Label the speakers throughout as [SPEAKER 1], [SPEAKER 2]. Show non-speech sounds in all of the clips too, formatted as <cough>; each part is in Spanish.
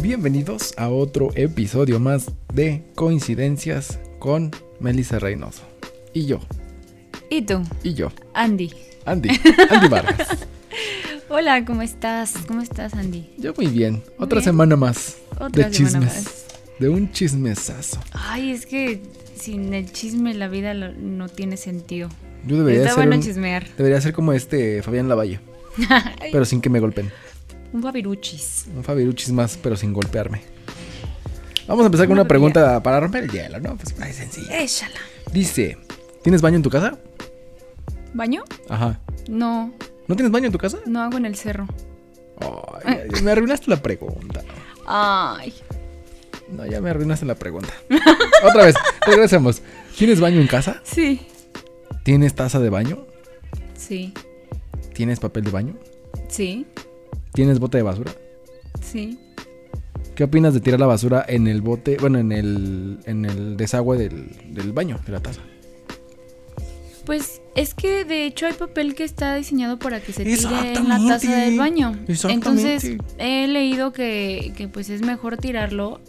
[SPEAKER 1] Bienvenidos a otro episodio más de Coincidencias con Melissa Reynoso. Y yo,
[SPEAKER 2] ¿Y tú?
[SPEAKER 1] y yo,
[SPEAKER 2] Andy. <laughs>
[SPEAKER 1] Andy, Andy Vargas.
[SPEAKER 2] Hola, ¿cómo estás? ¿Cómo estás, Andy?
[SPEAKER 1] Yo muy bien, otra
[SPEAKER 2] bien.
[SPEAKER 1] semana más
[SPEAKER 2] Otra
[SPEAKER 1] de
[SPEAKER 2] semana
[SPEAKER 1] chismes.
[SPEAKER 2] más.
[SPEAKER 1] De un chismesazo.
[SPEAKER 2] Ay, es que sin el chisme la vida lo- no tiene sentido.
[SPEAKER 1] Yo debería
[SPEAKER 2] Está
[SPEAKER 1] ser,
[SPEAKER 2] bueno
[SPEAKER 1] un-
[SPEAKER 2] chismear.
[SPEAKER 1] debería ser como este Fabián
[SPEAKER 2] <laughs>
[SPEAKER 1] Lavalle,
[SPEAKER 2] Ay,
[SPEAKER 1] pero sin que me golpeen.
[SPEAKER 2] Un babiruchis.
[SPEAKER 1] Un Fabiruchis más, pero sin golpearme. Vamos a empezar con
[SPEAKER 2] Una
[SPEAKER 1] una pregunta para romper el hielo, ¿no? Pues es sencilla.
[SPEAKER 2] Échala.
[SPEAKER 1] Dice, ¿tienes baño en tu casa?
[SPEAKER 2] ¿Baño?
[SPEAKER 1] Ajá.
[SPEAKER 2] No,
[SPEAKER 1] ¿No tienes baño en tu casa?
[SPEAKER 2] no hago en el cerro.
[SPEAKER 1] Ay, ya- me arruinaste la pregunta.
[SPEAKER 2] Ay.
[SPEAKER 1] No, ya me arruinaste la pregunta. <laughs> Otra vez, regresemos. ¿Tienes baño en casa?
[SPEAKER 2] Sí.
[SPEAKER 1] ¿Tienes taza de baño?
[SPEAKER 2] Sí.
[SPEAKER 1] ¿Tienes papel de baño?
[SPEAKER 2] Sí.
[SPEAKER 1] ¿Tienes bote de basura?
[SPEAKER 2] Sí.
[SPEAKER 1] ¿Qué opinas de tirar la basura en el bote, bueno, en el, en el desagüe del, del baño, de la taza?
[SPEAKER 2] Pues es que de hecho hay papel que está diseñado para que se tire en la taza del
[SPEAKER 1] Exactamente,
[SPEAKER 2] baño.
[SPEAKER 1] exactamente.
[SPEAKER 2] Entonces he leído que, que pues es mejor tirarlo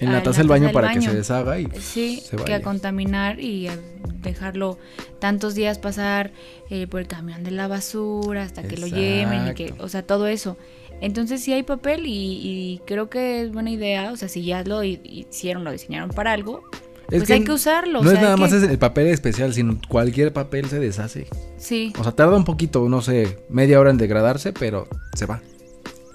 [SPEAKER 1] En la
[SPEAKER 2] Ah,
[SPEAKER 1] taza del baño para que se deshaga y pff,
[SPEAKER 2] Sí,
[SPEAKER 1] se
[SPEAKER 2] que
[SPEAKER 1] vaya.
[SPEAKER 2] a contaminar y a dejarlo tantos días pasar eh, por el camión de la basura hasta que lo lleven y que,
[SPEAKER 1] Exacto.
[SPEAKER 2] o sea, todo eso. Entonces sí hay papel y, y creo que es buena idea, o sea, si ya lo hi- hicieron, lo diseñaron para algo, pues hay que usarlo.
[SPEAKER 1] No
[SPEAKER 2] o sea,
[SPEAKER 1] es
[SPEAKER 2] hay
[SPEAKER 1] nada más
[SPEAKER 2] que-
[SPEAKER 1] el papel especial, sino cualquier papel se deshace.
[SPEAKER 2] Sí,
[SPEAKER 1] O sea, tarda un poquito, no sé, media hora en degradarse, pero se va.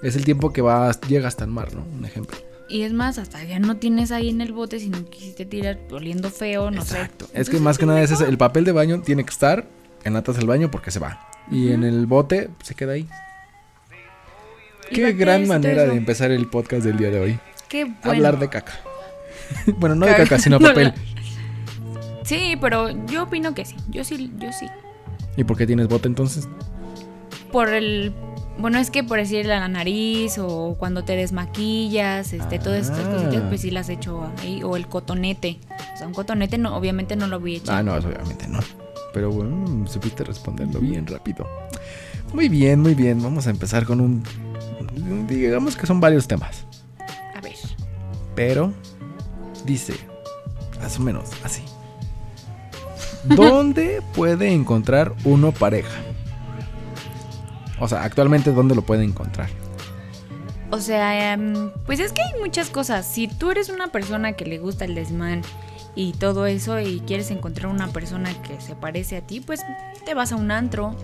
[SPEAKER 1] Es el tiempo que va, llega hasta el mar, ¿no? Un ejemplo.
[SPEAKER 2] y es más, hasta ya no tienes ahí en el bote si no quisiste tirar oliendo feo, no
[SPEAKER 1] Exacto.
[SPEAKER 2] sé.
[SPEAKER 1] Es que más que nada es ese, el papel de baño tiene que estar en la taza del baño porque se va. Y en el bote pues, se queda ahí.
[SPEAKER 2] Y
[SPEAKER 1] Qué
[SPEAKER 2] vete
[SPEAKER 1] gran
[SPEAKER 2] esto,
[SPEAKER 1] manera
[SPEAKER 2] eso.
[SPEAKER 1] de empezar el podcast del día de hoy.
[SPEAKER 2] Qué bueno.
[SPEAKER 1] Hablar de caca. <laughs> bueno, no de
[SPEAKER 2] Caca.
[SPEAKER 1] caca, sino
[SPEAKER 2] <laughs> No,
[SPEAKER 1] papel.
[SPEAKER 2] Sí, pero yo opino que sí, yo sí, yo sí.
[SPEAKER 1] ¿Y por qué tienes bote entonces?
[SPEAKER 2] por el bueno es que por decir la nariz o cuando te desmaquillas este todas estas
[SPEAKER 1] Ah.
[SPEAKER 2] cositas pues sí las echo ahí o el cotonete o sea un cotonete no obviamente no lo voy a echar
[SPEAKER 1] Ah, no, eso obviamente no. Pero bueno, supiste responderlo bien rápido. Muy bien, muy bien. Vamos a empezar con un... Digamos que son varios temas.
[SPEAKER 2] a ver
[SPEAKER 1] Pero dice, más o menos,
[SPEAKER 2] <laughs>
[SPEAKER 1] así. ¿Dónde puede encontrar uno pareja? O sea, actualmente, ¿dónde lo puede encontrar?
[SPEAKER 2] o sea em, pues es que hay muchas cosas si tú eres una persona que le gusta el desmán y todo eso y quieres encontrar una persona que se parece a ti pues te vas a un antro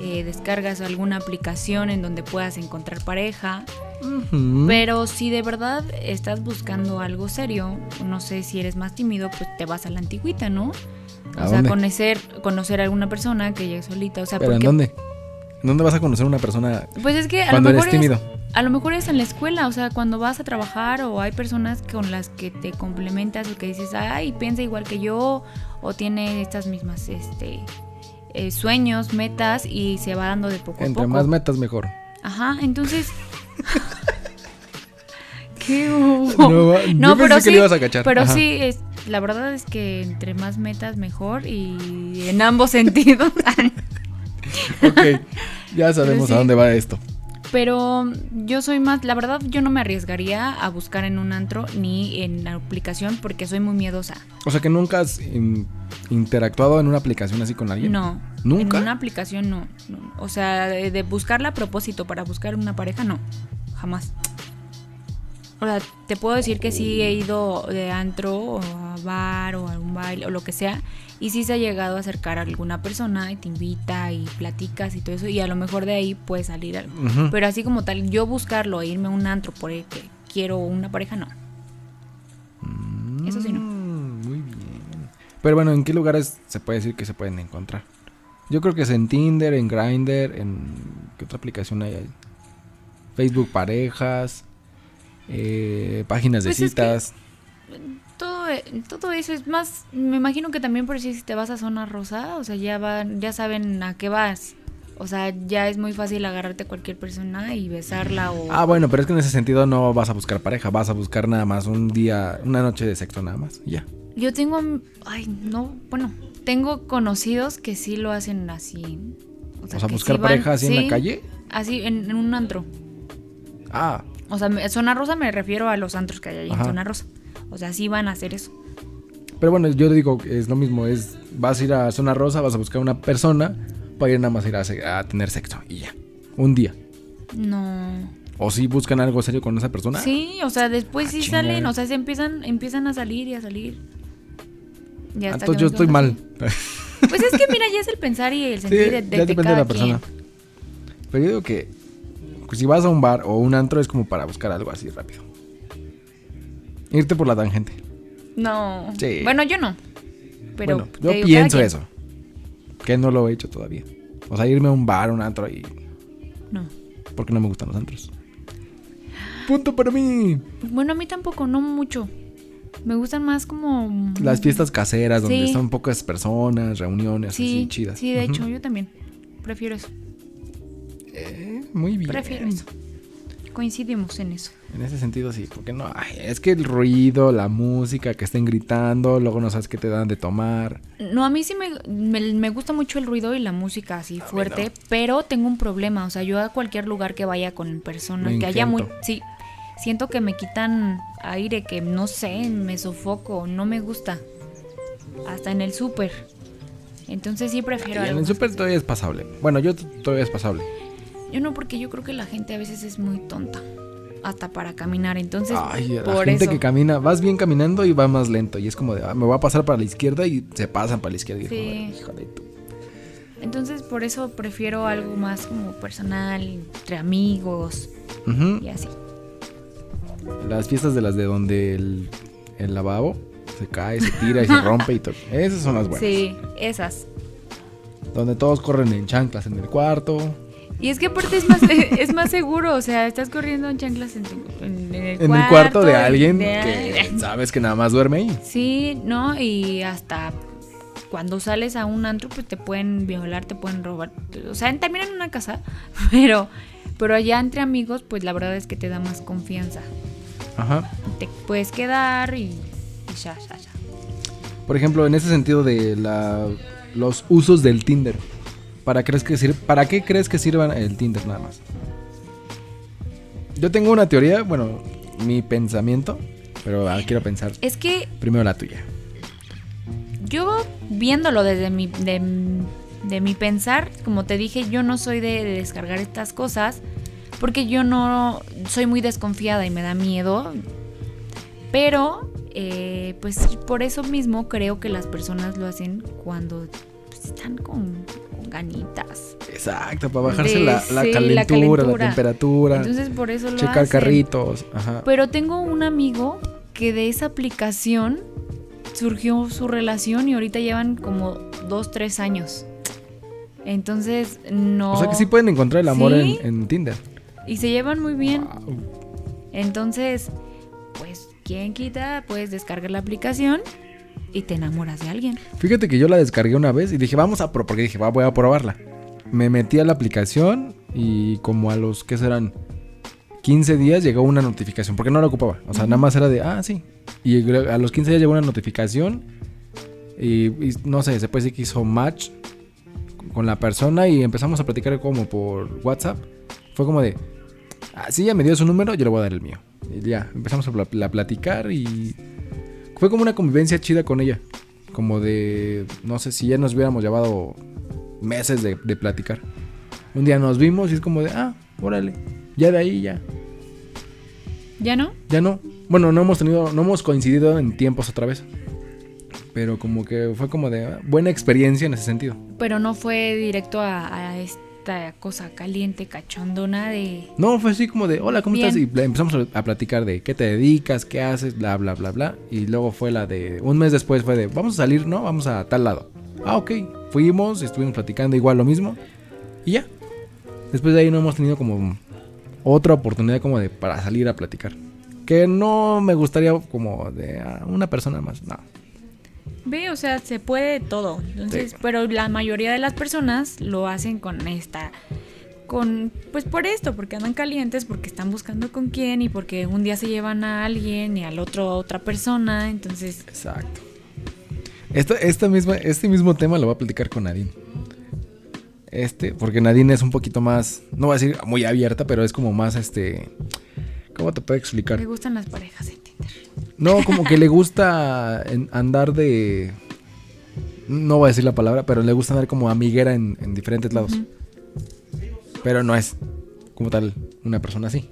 [SPEAKER 2] eh, descargas alguna aplicación en donde puedas encontrar pareja
[SPEAKER 1] Ujú.
[SPEAKER 2] Pero si de verdad estás buscando algo serio, no sé si eres más tímido, pues te vas a la antigüita, ¿no?
[SPEAKER 1] ¿A
[SPEAKER 2] O sea,
[SPEAKER 1] dónde?
[SPEAKER 2] conocer, conocer a alguna persona que llegue solita. O sea,
[SPEAKER 1] ¿Pero en
[SPEAKER 2] porque-
[SPEAKER 1] dónde? ¿En dónde vas a conocer a una persona
[SPEAKER 2] Pues es que a
[SPEAKER 1] cuando
[SPEAKER 2] lo
[SPEAKER 1] eres
[SPEAKER 2] mejor
[SPEAKER 1] tímido?
[SPEAKER 2] Es, a lo mejor es en la escuela, o sea, cuando vas a trabajar o hay personas con las que te complementas o que dices, ay, piensa igual que yo, o tiene estas mismas este eh, sueños, metas, y se va dando de poco
[SPEAKER 1] Entre
[SPEAKER 2] a poco.
[SPEAKER 1] más metas, mejor.
[SPEAKER 2] Ajá,
[SPEAKER 1] <laughs>
[SPEAKER 2] entonces. ¿Qué hubo?
[SPEAKER 1] No, yo pensé que le ibas a cachar.
[SPEAKER 2] Pero
[SPEAKER 1] Ajá.
[SPEAKER 2] sí, es, la verdad es que entre más metas mejor y en ambos <laughs> sentidos.
[SPEAKER 1] Ok, ya sabemos
[SPEAKER 2] sí.
[SPEAKER 1] a dónde va esto.
[SPEAKER 2] pero yo soy más, la verdad yo no me arriesgaría a buscar en un antro ni en la aplicación porque soy muy miedosa.
[SPEAKER 1] O sea, que nunca has in- interactuado en una aplicación así con alguien.
[SPEAKER 2] No.
[SPEAKER 1] ¿Nunca?
[SPEAKER 2] En una aplicación no. no. O sea, de, de buscarla a propósito para buscar una pareja, no. Jamás. O sea, te puedo decir que sí he ido de antro o a bar o a un baile o lo que sea. Y sí se ha llegado a acercar a alguna persona y te invita y platicas y todo eso. Y a lo mejor de ahí puede salir algo.
[SPEAKER 1] Ujú.
[SPEAKER 2] Pero así como tal, yo buscarlo e irme a un antro por el que quiero una pareja, no. Eso sí, no.
[SPEAKER 1] Mm, Muy bien. Pero bueno, ¿en qué lugares se puede decir que se pueden encontrar? Yo creo que es en Tinder, en Grindr, en... ¿Qué otra aplicación hay ahí? Facebook Parejas, eh, páginas de
[SPEAKER 2] Pues es que-
[SPEAKER 1] citas.
[SPEAKER 2] todo, todo eso es más, me imagino que también por decir si te vas a zona rosa, o sea, ya van, ya saben a qué vas. O sea, ya es muy fácil agarrarte a cualquier persona y besarla o
[SPEAKER 1] Ah, bueno, pero es que en ese sentido no vas a buscar pareja, vas a buscar nada más un día, una noche de sexo nada más, y ya.
[SPEAKER 2] yo tengo ay, no, bueno, tengo conocidos que sí lo hacen así.
[SPEAKER 1] O sea,
[SPEAKER 2] que
[SPEAKER 1] buscar
[SPEAKER 2] sí van-
[SPEAKER 1] pareja así en
[SPEAKER 2] sí,
[SPEAKER 1] la calle.
[SPEAKER 2] Así en, en un antro.
[SPEAKER 1] Ah,
[SPEAKER 2] O sea, me- Zona Rosa me refiero a los antros que hay ahí
[SPEAKER 1] Ajá.
[SPEAKER 2] en Zona Rosa. O sea, sí van a hacer eso.
[SPEAKER 1] Pero bueno, yo le digo, que es lo mismo, es, vas a ir a Zona Rosa, vas a buscar una persona para ir nada más a ir a, se- a tener sexo y ya, un día.
[SPEAKER 2] No.
[SPEAKER 1] O si buscan algo serio con esa persona.
[SPEAKER 2] Sí, o sea, después
[SPEAKER 1] Ah,
[SPEAKER 2] sí
[SPEAKER 1] chinga.
[SPEAKER 2] salen, o sea, se empiezan, empiezan a salir y a salir. Ya
[SPEAKER 1] Ah,
[SPEAKER 2] hasta
[SPEAKER 1] Entonces
[SPEAKER 2] que
[SPEAKER 1] yo
[SPEAKER 2] me
[SPEAKER 1] estoy
[SPEAKER 2] quedo
[SPEAKER 1] mal.
[SPEAKER 2] así.
[SPEAKER 1] <laughs>
[SPEAKER 2] Pues es que mira, ya es el pensar y el
[SPEAKER 1] Sí,
[SPEAKER 2] sentir
[SPEAKER 1] ya
[SPEAKER 2] de, de- de
[SPEAKER 1] depende de
[SPEAKER 2] cada
[SPEAKER 1] la persona.
[SPEAKER 2] quien.
[SPEAKER 1] Pero yo digo que pues, si vas a un bar o un antro es como para buscar algo así rápido. Irte por la tangente.
[SPEAKER 2] No.
[SPEAKER 1] Sí.
[SPEAKER 2] Bueno, yo no. Pero
[SPEAKER 1] bueno,
[SPEAKER 2] te
[SPEAKER 1] yo
[SPEAKER 2] digo, cada
[SPEAKER 1] pienso
[SPEAKER 2] quien.
[SPEAKER 1] eso. Que no lo he hecho todavía. O sea, irme a un bar, un antro y...
[SPEAKER 2] No.
[SPEAKER 1] Porque no me gustan los antros. Punto para mí.
[SPEAKER 2] Bueno, a mí tampoco, no mucho. Me gustan más como mm,
[SPEAKER 1] Las fiestas caseras donde
[SPEAKER 2] Sí.
[SPEAKER 1] están pocas personas, reuniones así
[SPEAKER 2] sí,
[SPEAKER 1] chidas.
[SPEAKER 2] Sí, de
[SPEAKER 1] Ujú.
[SPEAKER 2] hecho, yo también. Prefiero eso.
[SPEAKER 1] Eh, muy bien.
[SPEAKER 2] Prefiero eso. Coincidimos en eso.
[SPEAKER 1] En ese sentido sí, porque no, ay, es que el ruido, la música, que estén gritando, luego no sabes qué te dan de tomar.
[SPEAKER 2] No, a mí sí me, me- me gusta mucho el ruido y la música así fuerte, pero tengo un problema. O sea, yo a cualquier lugar que vaya con personas
[SPEAKER 1] Lo
[SPEAKER 2] que haya muy.
[SPEAKER 1] intento.
[SPEAKER 2] Sí, siento que me quitan aire, que no sé, me sofoco, no me gusta. Hasta en el súper. Entonces sí
[SPEAKER 1] Y
[SPEAKER 2] prefiero
[SPEAKER 1] en
[SPEAKER 2] algo
[SPEAKER 1] el
[SPEAKER 2] más.
[SPEAKER 1] súper todavía es pasable. Bueno, yo t- todavía es pasable.
[SPEAKER 2] Yo no, porque yo creo que la gente a veces es muy tonta. Hasta para caminar. Entonces,
[SPEAKER 1] Ay, la
[SPEAKER 2] por
[SPEAKER 1] gente
[SPEAKER 2] eso.
[SPEAKER 1] que camina, vas bien caminando y va más lento. Y es como de, "Ah, me voy a pasar para la izquierda y se pasan para la izquierda. Y es como de,
[SPEAKER 2] Sí.
[SPEAKER 1] "Híjole, tú".
[SPEAKER 2] Entonces, por eso prefiero algo más como personal, entre amigos
[SPEAKER 1] Ujú.
[SPEAKER 2] y así.
[SPEAKER 1] Las fiestas de las de donde el, el lavabo se cae, se tira y
[SPEAKER 2] <laughs>
[SPEAKER 1] se rompe y todo. Esas son las buenas.
[SPEAKER 2] Sí, esas.
[SPEAKER 1] Donde todos corren en chanclas en el cuarto.
[SPEAKER 2] Y es que aparte es más, <laughs> eh, es más seguro, o sea, estás corriendo en chanclas en, tu- en- en el,
[SPEAKER 1] En el cuarto de
[SPEAKER 2] en-
[SPEAKER 1] alguien
[SPEAKER 2] de-
[SPEAKER 1] que sabes que nada más duerme ahí.
[SPEAKER 2] Sí, ¿no? Y hasta cuando sales a un antro, pues te pueden violar, te pueden robar. O sea, también en una casa, <laughs> pero, pero allá entre amigos, pues la verdad es que te da más confianza.
[SPEAKER 1] Ajá.
[SPEAKER 2] Te puedes quedar y, y ya, ya, ya.
[SPEAKER 1] Por ejemplo, en ese sentido de la- los usos del Tinder. ¿Para, crees que sir- ¿Para qué crees que sirvan el Tinder nada más? Yo tengo una teoría, bueno, mi pensamiento, pero ah, quiero pensar
[SPEAKER 2] Es que
[SPEAKER 1] primero la tuya.
[SPEAKER 2] Yo viéndolo desde mi, de, de mi pensar, como te dije, yo no soy de, de descargar estas cosas porque yo no soy muy desconfiada y me da miedo. Pero, eh, pues por eso mismo creo que las personas lo hacen cuando pues, están con, con ganitas.
[SPEAKER 1] Exacto, para bajarse
[SPEAKER 2] De-
[SPEAKER 1] la, la
[SPEAKER 2] sí, la
[SPEAKER 1] calentura, la
[SPEAKER 2] calentura.
[SPEAKER 1] temperatura,
[SPEAKER 2] Entonces por eso lo
[SPEAKER 1] checar
[SPEAKER 2] hacen.
[SPEAKER 1] carritos. Ajá.
[SPEAKER 2] Pero tengo un amigo que de esa aplicación surgió su relación y ahorita llevan como dos, tres años. Entonces, no.
[SPEAKER 1] O sea que sí pueden encontrar el amor
[SPEAKER 2] Sí. Ah,
[SPEAKER 1] en, en Tinder.
[SPEAKER 2] Y se llevan muy bien.
[SPEAKER 1] Wow.
[SPEAKER 2] Entonces, pues, ¿quién quita? Puedes descargar la aplicación y te enamoras de alguien.
[SPEAKER 1] Fíjate que yo la descargué una vez y dije, vamos a probar, porque dije, va, voy a probarla. Me metí a la aplicación y como a los, ¿qué serán? 15 días llegó una notificación, porque no la ocupaba. O sea, nada más era de, ah, sí. Y creo- a los 15 días llegó una notificación y, y no sé, se puede decir que hizo match con la persona y empezamos a platicar como por WhatsApp. Fue como de, ah, sí, ya me dio su número, yo le voy a dar el mío. Y ya, empezamos a pla- la platicar y fue como una convivencia chida con ella. Como de, no sé, si ya nos hubiéramos llevado meses de, de platicar. Un día nos vimos y es como de, ah, órale, ya de ahí ya,
[SPEAKER 2] ¿Ya no?
[SPEAKER 1] ya no. Bueno, no hemos tenido, no hemos coincidido en tiempos otra vez. Pero como que fue como de ah, buena experiencia en ese sentido.
[SPEAKER 2] Pero no fue directo a, a esta cosa caliente, cachondona de.
[SPEAKER 1] No, fue así como de, hola, ¿cómo
[SPEAKER 2] Bien.
[SPEAKER 1] estás? Y pla- empezamos a- a platicar de qué te dedicas, qué haces, bla, bla, bla, bla. Y luego fue la de, un mes después fue de, vamos a salir, ¿no? Vamos a tal lado. Ah, ok. Fuimos, estuvimos platicando igual lo mismo. Y ya. Después de ahí no hemos tenido como otra oportunidad como de para salir a platicar. Que no me gustaría como de ah, una persona más. No.
[SPEAKER 2] Ve, o sea, se puede todo. Entonces,
[SPEAKER 1] Sí.
[SPEAKER 2] pero la mayoría de las personas lo hacen con esta con pues por esto, porque andan calientes, porque están buscando con quién y porque un día se llevan a alguien y al otro a otra persona, entonces
[SPEAKER 1] Exacto. Esta, esta misma, este mismo tema lo voy a platicar con Nadine. Este, porque Nadine es un poquito más, no voy a decir muy abierta, pero es como más este. ¿Cómo te puedo explicar?
[SPEAKER 2] Me gustan las parejas en Tinder.
[SPEAKER 1] No, como que le gusta en- andar de. No voy a decir la palabra, pero le gusta andar como amiguera en, en diferentes lados. Pero no es como tal una persona
[SPEAKER 2] <laughs>
[SPEAKER 1] así.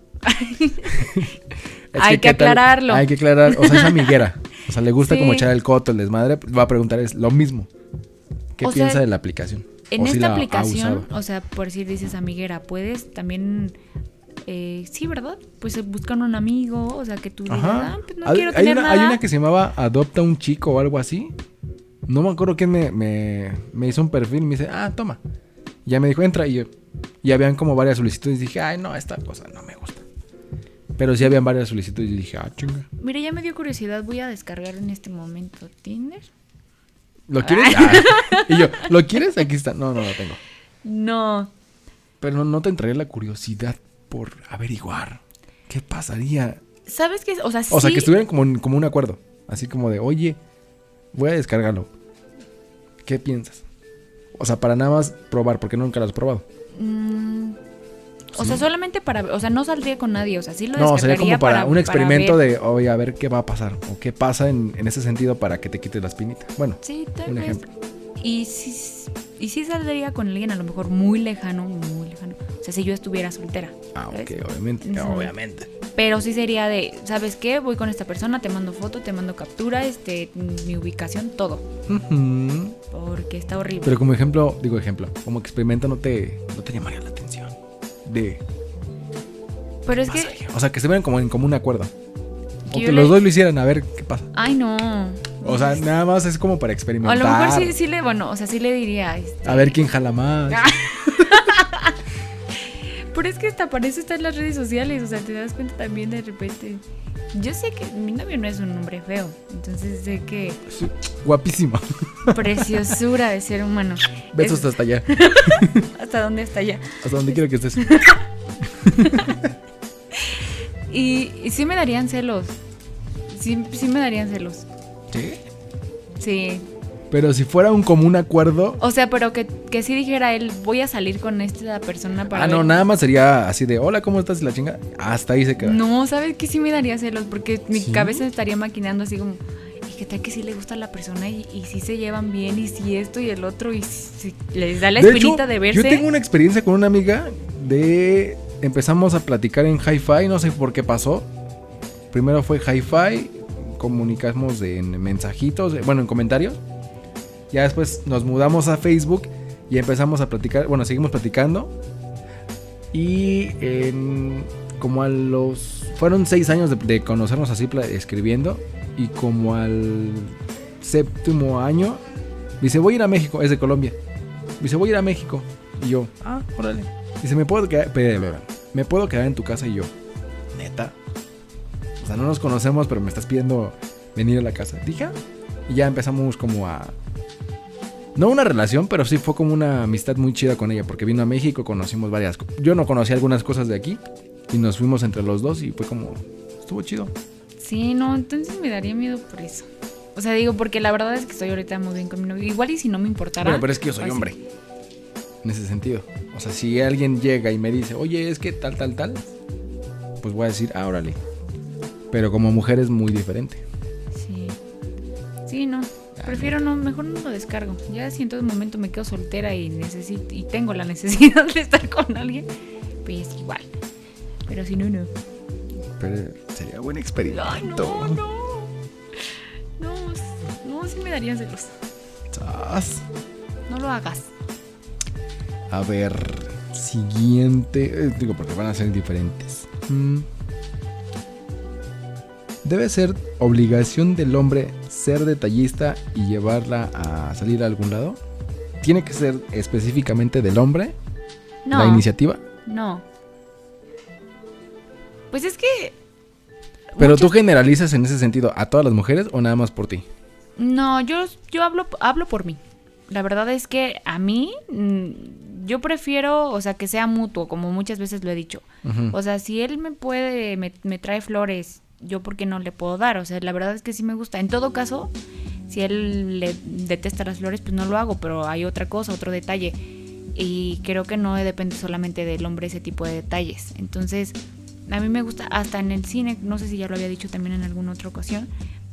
[SPEAKER 1] Es
[SPEAKER 2] Hay que
[SPEAKER 1] ¿qué tal?
[SPEAKER 2] aclararlo.
[SPEAKER 1] Hay que aclarar. O sea, es amiguera. O sea, le gusta como
[SPEAKER 2] Sí.
[SPEAKER 1] echar el coto, el desmadre. Va a preguntar es lo mismo. ¿Qué
[SPEAKER 2] O sea,
[SPEAKER 1] piensa de la aplicación?
[SPEAKER 2] En
[SPEAKER 1] O si la
[SPEAKER 2] esta
[SPEAKER 1] ha
[SPEAKER 2] aplicación,
[SPEAKER 1] usado.
[SPEAKER 2] o sea, por decir dices amiguera, puedes también. eh, sí, ¿verdad? Pues eh, buscan un amigo, o sea, que tú digas,
[SPEAKER 1] Ajá.
[SPEAKER 2] ah, pues no
[SPEAKER 1] Hay-
[SPEAKER 2] quiero
[SPEAKER 1] hay,
[SPEAKER 2] tener
[SPEAKER 1] una,
[SPEAKER 2] nada.
[SPEAKER 1] hay una que se llamaba Adopta un chico o algo así. No me acuerdo quién me, me, me hizo un perfil y me dice, ah, toma. Y ya me dijo, entra. Y yo, y habían como varias solicitudes. Y dije, ay, no, esta cosa no me gusta. Pero sí habían varias solicitudes. Y dije, ah, chinga.
[SPEAKER 2] Mira, ya me dio curiosidad, voy a descargar en este momento Tinder.
[SPEAKER 1] ¿Lo quieres?
[SPEAKER 2] <laughs>
[SPEAKER 1] Ah. Y yo, ¿lo quieres? Aquí está. No, no lo tengo.
[SPEAKER 2] No,
[SPEAKER 1] Pero no, no te entraría la curiosidad por averiguar qué pasaría.
[SPEAKER 2] ¿sabes qué? es? O sea,
[SPEAKER 1] O sea,
[SPEAKER 2] sí-
[SPEAKER 1] que estuvieran como, en- como un acuerdo. Así como de, oye, voy a descargarlo. ¿Qué piensas? O sea, para nada más probar, porque nunca lo has probado.
[SPEAKER 2] Mm, o sea, solamente para. O sea, no saldría con nadie. O sea, sí lo
[SPEAKER 1] No, sería como
[SPEAKER 2] descargaría
[SPEAKER 1] para, un experimento
[SPEAKER 2] ver.
[SPEAKER 1] de, oye, a ver qué va a pasar. O qué pasa en, en ese sentido para que te quites la espinita. Bueno,
[SPEAKER 2] Sí, tal
[SPEAKER 1] un
[SPEAKER 2] vez.
[SPEAKER 1] ejemplo.
[SPEAKER 2] Y sí, y sí saldría con alguien a lo mejor muy lejano, muy lejano. O sea, si yo estuviera soltera.
[SPEAKER 1] Ah,
[SPEAKER 2] ¿sabes?
[SPEAKER 1] ok, obviamente.
[SPEAKER 2] Pues, Ujú.
[SPEAKER 1] Obviamente.
[SPEAKER 2] Pero sí sería de, ¿sabes qué? Voy con esta persona, te mando foto, te mando captura, este, mi ubicación, todo.
[SPEAKER 1] Ujú.
[SPEAKER 2] Porque está horrible.
[SPEAKER 1] Pero como ejemplo, digo ejemplo, como experimento no te, no te llamaría la atención. De
[SPEAKER 2] Pero es que.
[SPEAKER 1] pasaría. O sea, que se vean como en común acuerdo. O
[SPEAKER 2] yo
[SPEAKER 1] que
[SPEAKER 2] le-
[SPEAKER 1] los dos lo hicieran a ver qué pasa.
[SPEAKER 2] Ay, no.
[SPEAKER 1] O sea, nada más es como para
[SPEAKER 2] a
[SPEAKER 1] experimentar.
[SPEAKER 2] lo mejor sí, sí le, bueno, o sea, sí le diría. este,
[SPEAKER 1] A ver quién jala más.
[SPEAKER 2] Ah. Pero es que hasta para eso están las redes sociales, o sea, te das cuenta también de repente. Yo sé que mi novio no es un hombre feo, entonces sé que
[SPEAKER 1] Sí,
[SPEAKER 2] <laughs>
[SPEAKER 1] Guapísima.
[SPEAKER 2] preciosura de ser humano.
[SPEAKER 1] Besos
[SPEAKER 2] Es-
[SPEAKER 1] hasta allá.
[SPEAKER 2] hasta dónde está ya.
[SPEAKER 1] Hasta donde quiera que estés.
[SPEAKER 2] Y, y sí me darían celos. Sí, sí me darían celos.
[SPEAKER 1] Sí.
[SPEAKER 2] Sí.
[SPEAKER 1] Pero si fuera un común acuerdo.
[SPEAKER 2] O sea, pero que, que sí dijera él, voy a salir con esta persona para.
[SPEAKER 1] Ah, no,
[SPEAKER 2] ver".
[SPEAKER 1] nada más sería así de hola, ¿cómo estás? Y la chinga. Hasta ahí se queda.
[SPEAKER 2] No, ¿sabes qué? Sí me daría celos porque mi
[SPEAKER 1] ¿Sí?
[SPEAKER 2] cabeza estaría maquinando así como, ¿y qué tal que sí le gusta a la persona y, y sí se llevan bien y si esto y el otro y si, si les da la
[SPEAKER 1] De hecho,
[SPEAKER 2] espinita de verse?
[SPEAKER 1] Yo tengo una experiencia con una amiga de. Empezamos a platicar en hi-fi, no sé por qué pasó. Primero fue hi-fi, comunicamos en mensajitos, eh, bueno, en comentarios. Ya después nos mudamos a Facebook y empezamos a platicar, bueno, seguimos platicando. Y en- como a los... Fueron seis años de, de conocernos así pla- escribiendo. Y como al séptimo año, me dice, voy a ir a México, es de Colombia. Me dice, voy a ir a México. Y yo, ah, órale. Dice, me puedo quedar, pe- pe- me puedo quedar en tu casa y yo, neta. O sea, no nos conocemos, pero me estás pidiendo venir a la casa. Dije, "Ah". y ya empezamos como a... No una relación, pero sí fue como una amistad muy chida con ella, porque vino a México, conocimos varias cosas. Yo no conocía algunas cosas de aquí, y nos fuimos entre los dos y fue como... Estuvo chido.
[SPEAKER 2] Sí, no, entonces me daría miedo por eso. O sea, digo, porque la verdad es que estoy ahorita muy bien con mi novio. Igual y si no me importara. pues,
[SPEAKER 1] Bueno, pero es que yo soy
[SPEAKER 2] así.
[SPEAKER 1] hombre. En ese sentido. O sea, si alguien llega y me dice, oye, es que tal, tal, tal, pues voy a decir, ah, órale. Pero como mujer es muy diferente.
[SPEAKER 2] Sí. Sí, no.
[SPEAKER 1] Ah,
[SPEAKER 2] Prefiero no, mejor no lo descargo. Ya si en todo momento me quedo soltera y necesito y tengo la necesidad <laughs> de estar con alguien, pues igual. Pero si no, no.
[SPEAKER 1] Pero sería buen
[SPEAKER 2] Ay, no,
[SPEAKER 1] experimento.
[SPEAKER 2] no. No, s- no, sí me darían celos.
[SPEAKER 1] Sas.
[SPEAKER 2] No lo hagas.
[SPEAKER 1] A ver, siguiente. eh, digo, porque van a ser diferentes. Mm. Debe ser obligación del hombre ser detallista y llevarla a salir a algún lado. ¿Tiene que ser específicamente del hombre
[SPEAKER 2] No.
[SPEAKER 1] la iniciativa?
[SPEAKER 2] No. Pues es que.
[SPEAKER 1] Pero
[SPEAKER 2] muchas-
[SPEAKER 1] tú generalizas en ese sentido a todas las mujeres o nada más por ti.
[SPEAKER 2] No, yo, yo hablo, hablo por mí. La verdad es que a mí, mm, yo prefiero, o sea, que sea mutuo, como muchas veces lo he dicho.
[SPEAKER 1] Ujú.
[SPEAKER 2] O sea, si él me puede, me, me trae flores, yo porque no le puedo dar. O sea, la verdad es que sí me gusta. En todo caso, si él le detesta las flores, pues no lo hago, pero hay otra cosa, otro detalle. Y creo que no depende solamente del hombre ese tipo de detalles. Entonces, A mí me gusta hasta en el cine, no sé si ya lo había dicho también en alguna otra ocasión,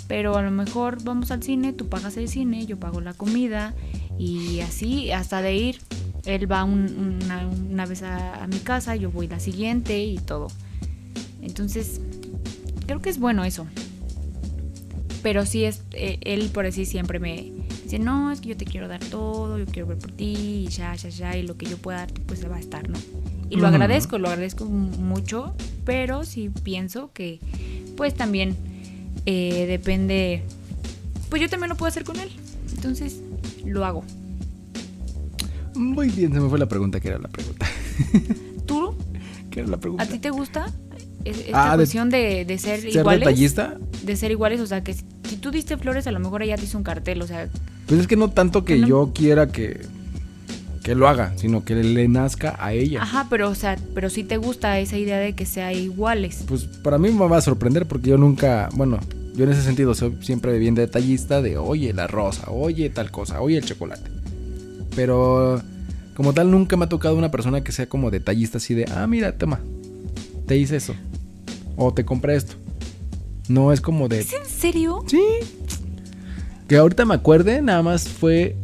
[SPEAKER 2] pero a lo mejor vamos al cine, tú pagas el cine, yo pago la comida y así hasta de ir. Él va un- una, una vez a, a mi casa, yo voy la siguiente y todo. Entonces, creo que es bueno eso. Pero sí, es, eh, él por así siempre me dice, no, es que yo te quiero dar todo, yo quiero ver por ti, y ya, ya, ya, y lo que yo pueda darte, pues se va a estar, ¿no? Y lo
[SPEAKER 1] Ujú.
[SPEAKER 2] agradezco, lo agradezco mu- mucho, pero sí pienso que, pues también eh, depende, pues yo también lo puedo hacer con él, entonces lo hago.
[SPEAKER 1] Muy bien, se me fue la pregunta, que era la pregunta. <laughs>
[SPEAKER 2] ¿Tú?
[SPEAKER 1] ¿Qué era la pregunta?
[SPEAKER 2] ¿A ti te gusta es-
[SPEAKER 1] Ah,
[SPEAKER 2] esta
[SPEAKER 1] de-
[SPEAKER 2] cuestión de, de ser,
[SPEAKER 1] ¿Ser
[SPEAKER 2] iguales?
[SPEAKER 1] detallista?
[SPEAKER 2] De ser iguales, o sea, que si si tú diste flores, a lo mejor ella te hizo un cartel, o sea,
[SPEAKER 1] Pues es que no tanto que
[SPEAKER 2] No.
[SPEAKER 1] yo quiera que, que lo haga, sino que le nazca a ella.
[SPEAKER 2] ajá, pero, o sea, pero sí te gusta esa idea de que sea iguales.
[SPEAKER 1] Pues para mí me va a sorprender porque yo nunca, bueno, yo en ese sentido soy siempre bien detallista de, oye, la rosa, oye, tal cosa, oye, el chocolate. Pero como tal nunca me ha tocado una persona que sea como detallista así de, ah, mira, toma, te hice eso. O te compré esto. No es como de...
[SPEAKER 2] ¿Es en serio?
[SPEAKER 1] Sí. Que ahorita me acuerde, nada más fue.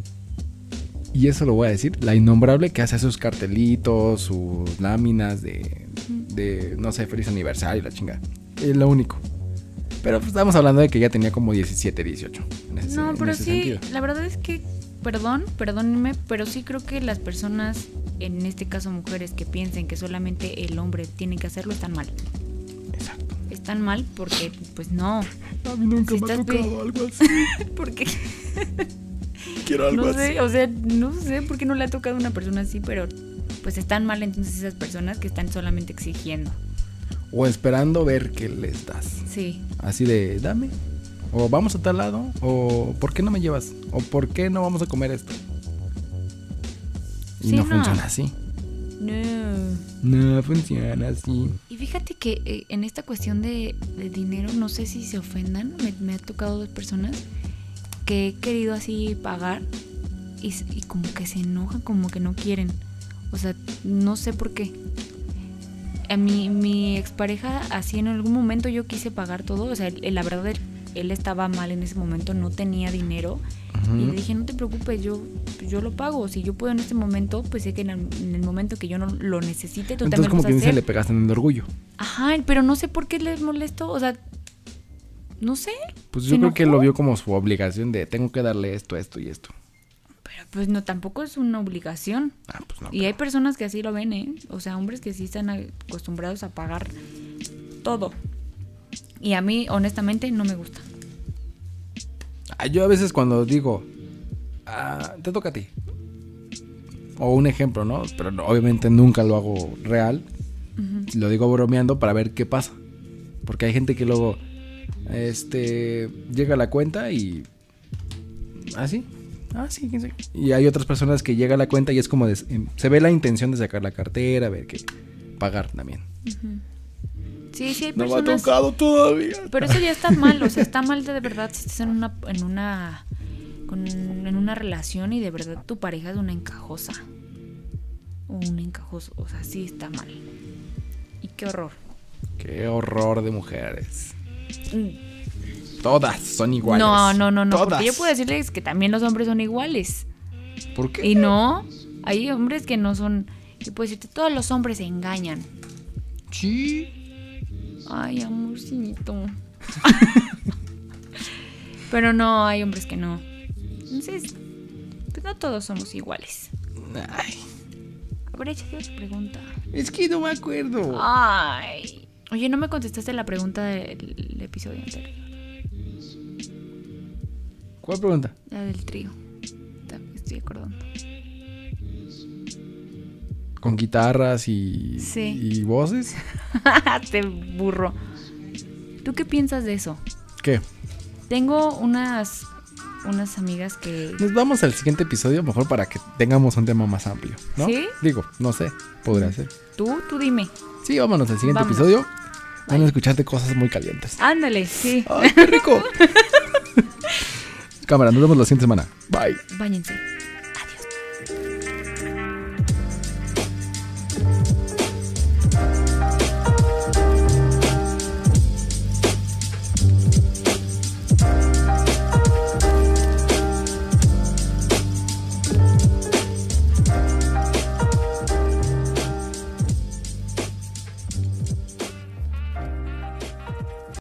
[SPEAKER 1] Y eso lo voy a decir. La innombrable que hace sus cartelitos, sus láminas de. de no sé, feliz aniversario, y la chingada. Es lo único. Pero pues, estamos hablando de que ya tenía como 17, 18. en ese-
[SPEAKER 2] No,
[SPEAKER 1] en
[SPEAKER 2] pero
[SPEAKER 1] ese
[SPEAKER 2] sí,
[SPEAKER 1] sentido.
[SPEAKER 2] la verdad es que, perdón, perdónenme, pero sí creo que las personas, en este caso mujeres, que piensen que solamente el hombre tiene que hacerlo, están mal.
[SPEAKER 1] Exacto.
[SPEAKER 2] Están mal porque,
[SPEAKER 1] <laughs>
[SPEAKER 2] pues no,
[SPEAKER 1] A mí nunca
[SPEAKER 2] Sí
[SPEAKER 1] me ha
[SPEAKER 2] estás
[SPEAKER 1] tocado
[SPEAKER 2] bien.
[SPEAKER 1] algo así.
[SPEAKER 2] porque
[SPEAKER 1] Quiero algo
[SPEAKER 2] no
[SPEAKER 1] así.
[SPEAKER 2] sé, o sea, no sé por qué no le ha tocado a una persona así, pero pues están mal entonces esas personas que están solamente exigiendo.
[SPEAKER 1] O esperando ver qué les das.
[SPEAKER 2] Sí,
[SPEAKER 1] Así de, dame. O vamos a tal lado. O ¿por qué no me llevas? O ¿por qué no vamos a comer esto? Y
[SPEAKER 2] Sí,
[SPEAKER 1] no,
[SPEAKER 2] no.
[SPEAKER 1] funciona así.
[SPEAKER 2] no.
[SPEAKER 1] No funciona así.
[SPEAKER 2] Y fíjate que eh, en esta cuestión de, de dinero, no sé si se ofendan, me, me ha tocado dos personas que he querido así pagar y, s- y como que se enojan, como que no quieren. O sea, no sé por qué. A mi, mi expareja, así en algún momento yo quise pagar todo, o sea, él- la verdad él, él estaba mal en ese momento, no tenía dinero. Y le dije, no te preocupes, yo, yo lo pago. Si yo puedo en este momento, pues sé que en el, en el momento que yo no lo necesite, tú
[SPEAKER 1] Entonces
[SPEAKER 2] también lo
[SPEAKER 1] como
[SPEAKER 2] vas a
[SPEAKER 1] que dice
[SPEAKER 2] hacer.
[SPEAKER 1] le pegaste en el orgullo.
[SPEAKER 2] Ajá, pero no sé por qué les molestó. O sea, no sé.
[SPEAKER 1] Pues
[SPEAKER 2] ¿Se
[SPEAKER 1] yo creo que
[SPEAKER 2] enojó?
[SPEAKER 1] lo vio como su obligación de tengo que darle esto, esto y esto.
[SPEAKER 2] Pero pues no, tampoco es una obligación.
[SPEAKER 1] Ah, pues no.
[SPEAKER 2] Y hay personas que así lo ven, ¿eh? O sea, hombres que sí están acostumbrados a pagar todo. Y a mí, honestamente, no me gusta.
[SPEAKER 1] Ah, yo a veces cuando digo, "Ah, te toca a ti. O un ejemplo, ¿no? Pero no, obviamente nunca lo hago real. Lo digo bromeando para ver qué pasa. Porque hay gente que luego este llega a la cuenta y ah sí, ah sí, quién sabe. Y hay otras personas que llega a la cuenta y es como de- em, se ve la intención de sacar la cartera, ver qué pagar también.
[SPEAKER 2] Sí, sí hay personas.
[SPEAKER 1] todavía.
[SPEAKER 2] pero eso ya está mal, o sea, está mal de, de verdad si estás en una, en una, con- en una relación y de verdad tu pareja es una encajosa. O un encajoso, o sea, sí está mal. Y qué horror.
[SPEAKER 1] Qué horror de mujeres.
[SPEAKER 2] Mm,
[SPEAKER 1] Todas son iguales.
[SPEAKER 2] No, no, no, no.
[SPEAKER 1] Todas.
[SPEAKER 2] Porque yo puedo decirles que también los hombres son iguales.
[SPEAKER 1] ¿Por qué?
[SPEAKER 2] Y no, hay hombres que no son. Yo puedo decirte, todos los hombres se engañan.
[SPEAKER 1] Sí.
[SPEAKER 2] Ay, amorcito. <laughs> Pero no, hay hombres que no. Entonces, pues no todos somos iguales.
[SPEAKER 1] Ay,
[SPEAKER 2] A ver, échate otra pregunta.
[SPEAKER 1] es que no me acuerdo.
[SPEAKER 2] Ay. Oye, no me contestaste la pregunta del episodio anterior.
[SPEAKER 1] ¿Cuál pregunta?
[SPEAKER 2] La del trío. Ta- Estoy acordando.
[SPEAKER 1] Con guitarras y,
[SPEAKER 2] Sí.
[SPEAKER 1] y voces.
[SPEAKER 2] <laughs> Te Este burro. ¿Tú qué piensas de eso?
[SPEAKER 1] ¿Qué?
[SPEAKER 2] Tengo unas unas amigas que
[SPEAKER 1] Nos Pues vamos al siguiente episodio, mejor para que tengamos un tema más amplio, ¿no?
[SPEAKER 2] ¿Sí?
[SPEAKER 1] Digo, no sé, podría ser.
[SPEAKER 2] tú tú dime.
[SPEAKER 1] Sí, vámonos al siguiente
[SPEAKER 2] Vámonos.
[SPEAKER 1] episodio. Van a escucharte cosas muy calientes.
[SPEAKER 2] Ándale, sí.
[SPEAKER 1] ¡Ay, qué rico!
[SPEAKER 2] <laughs>
[SPEAKER 1] Cámara, nos vemos la siguiente semana. Bye.
[SPEAKER 2] Báñense. Adiós.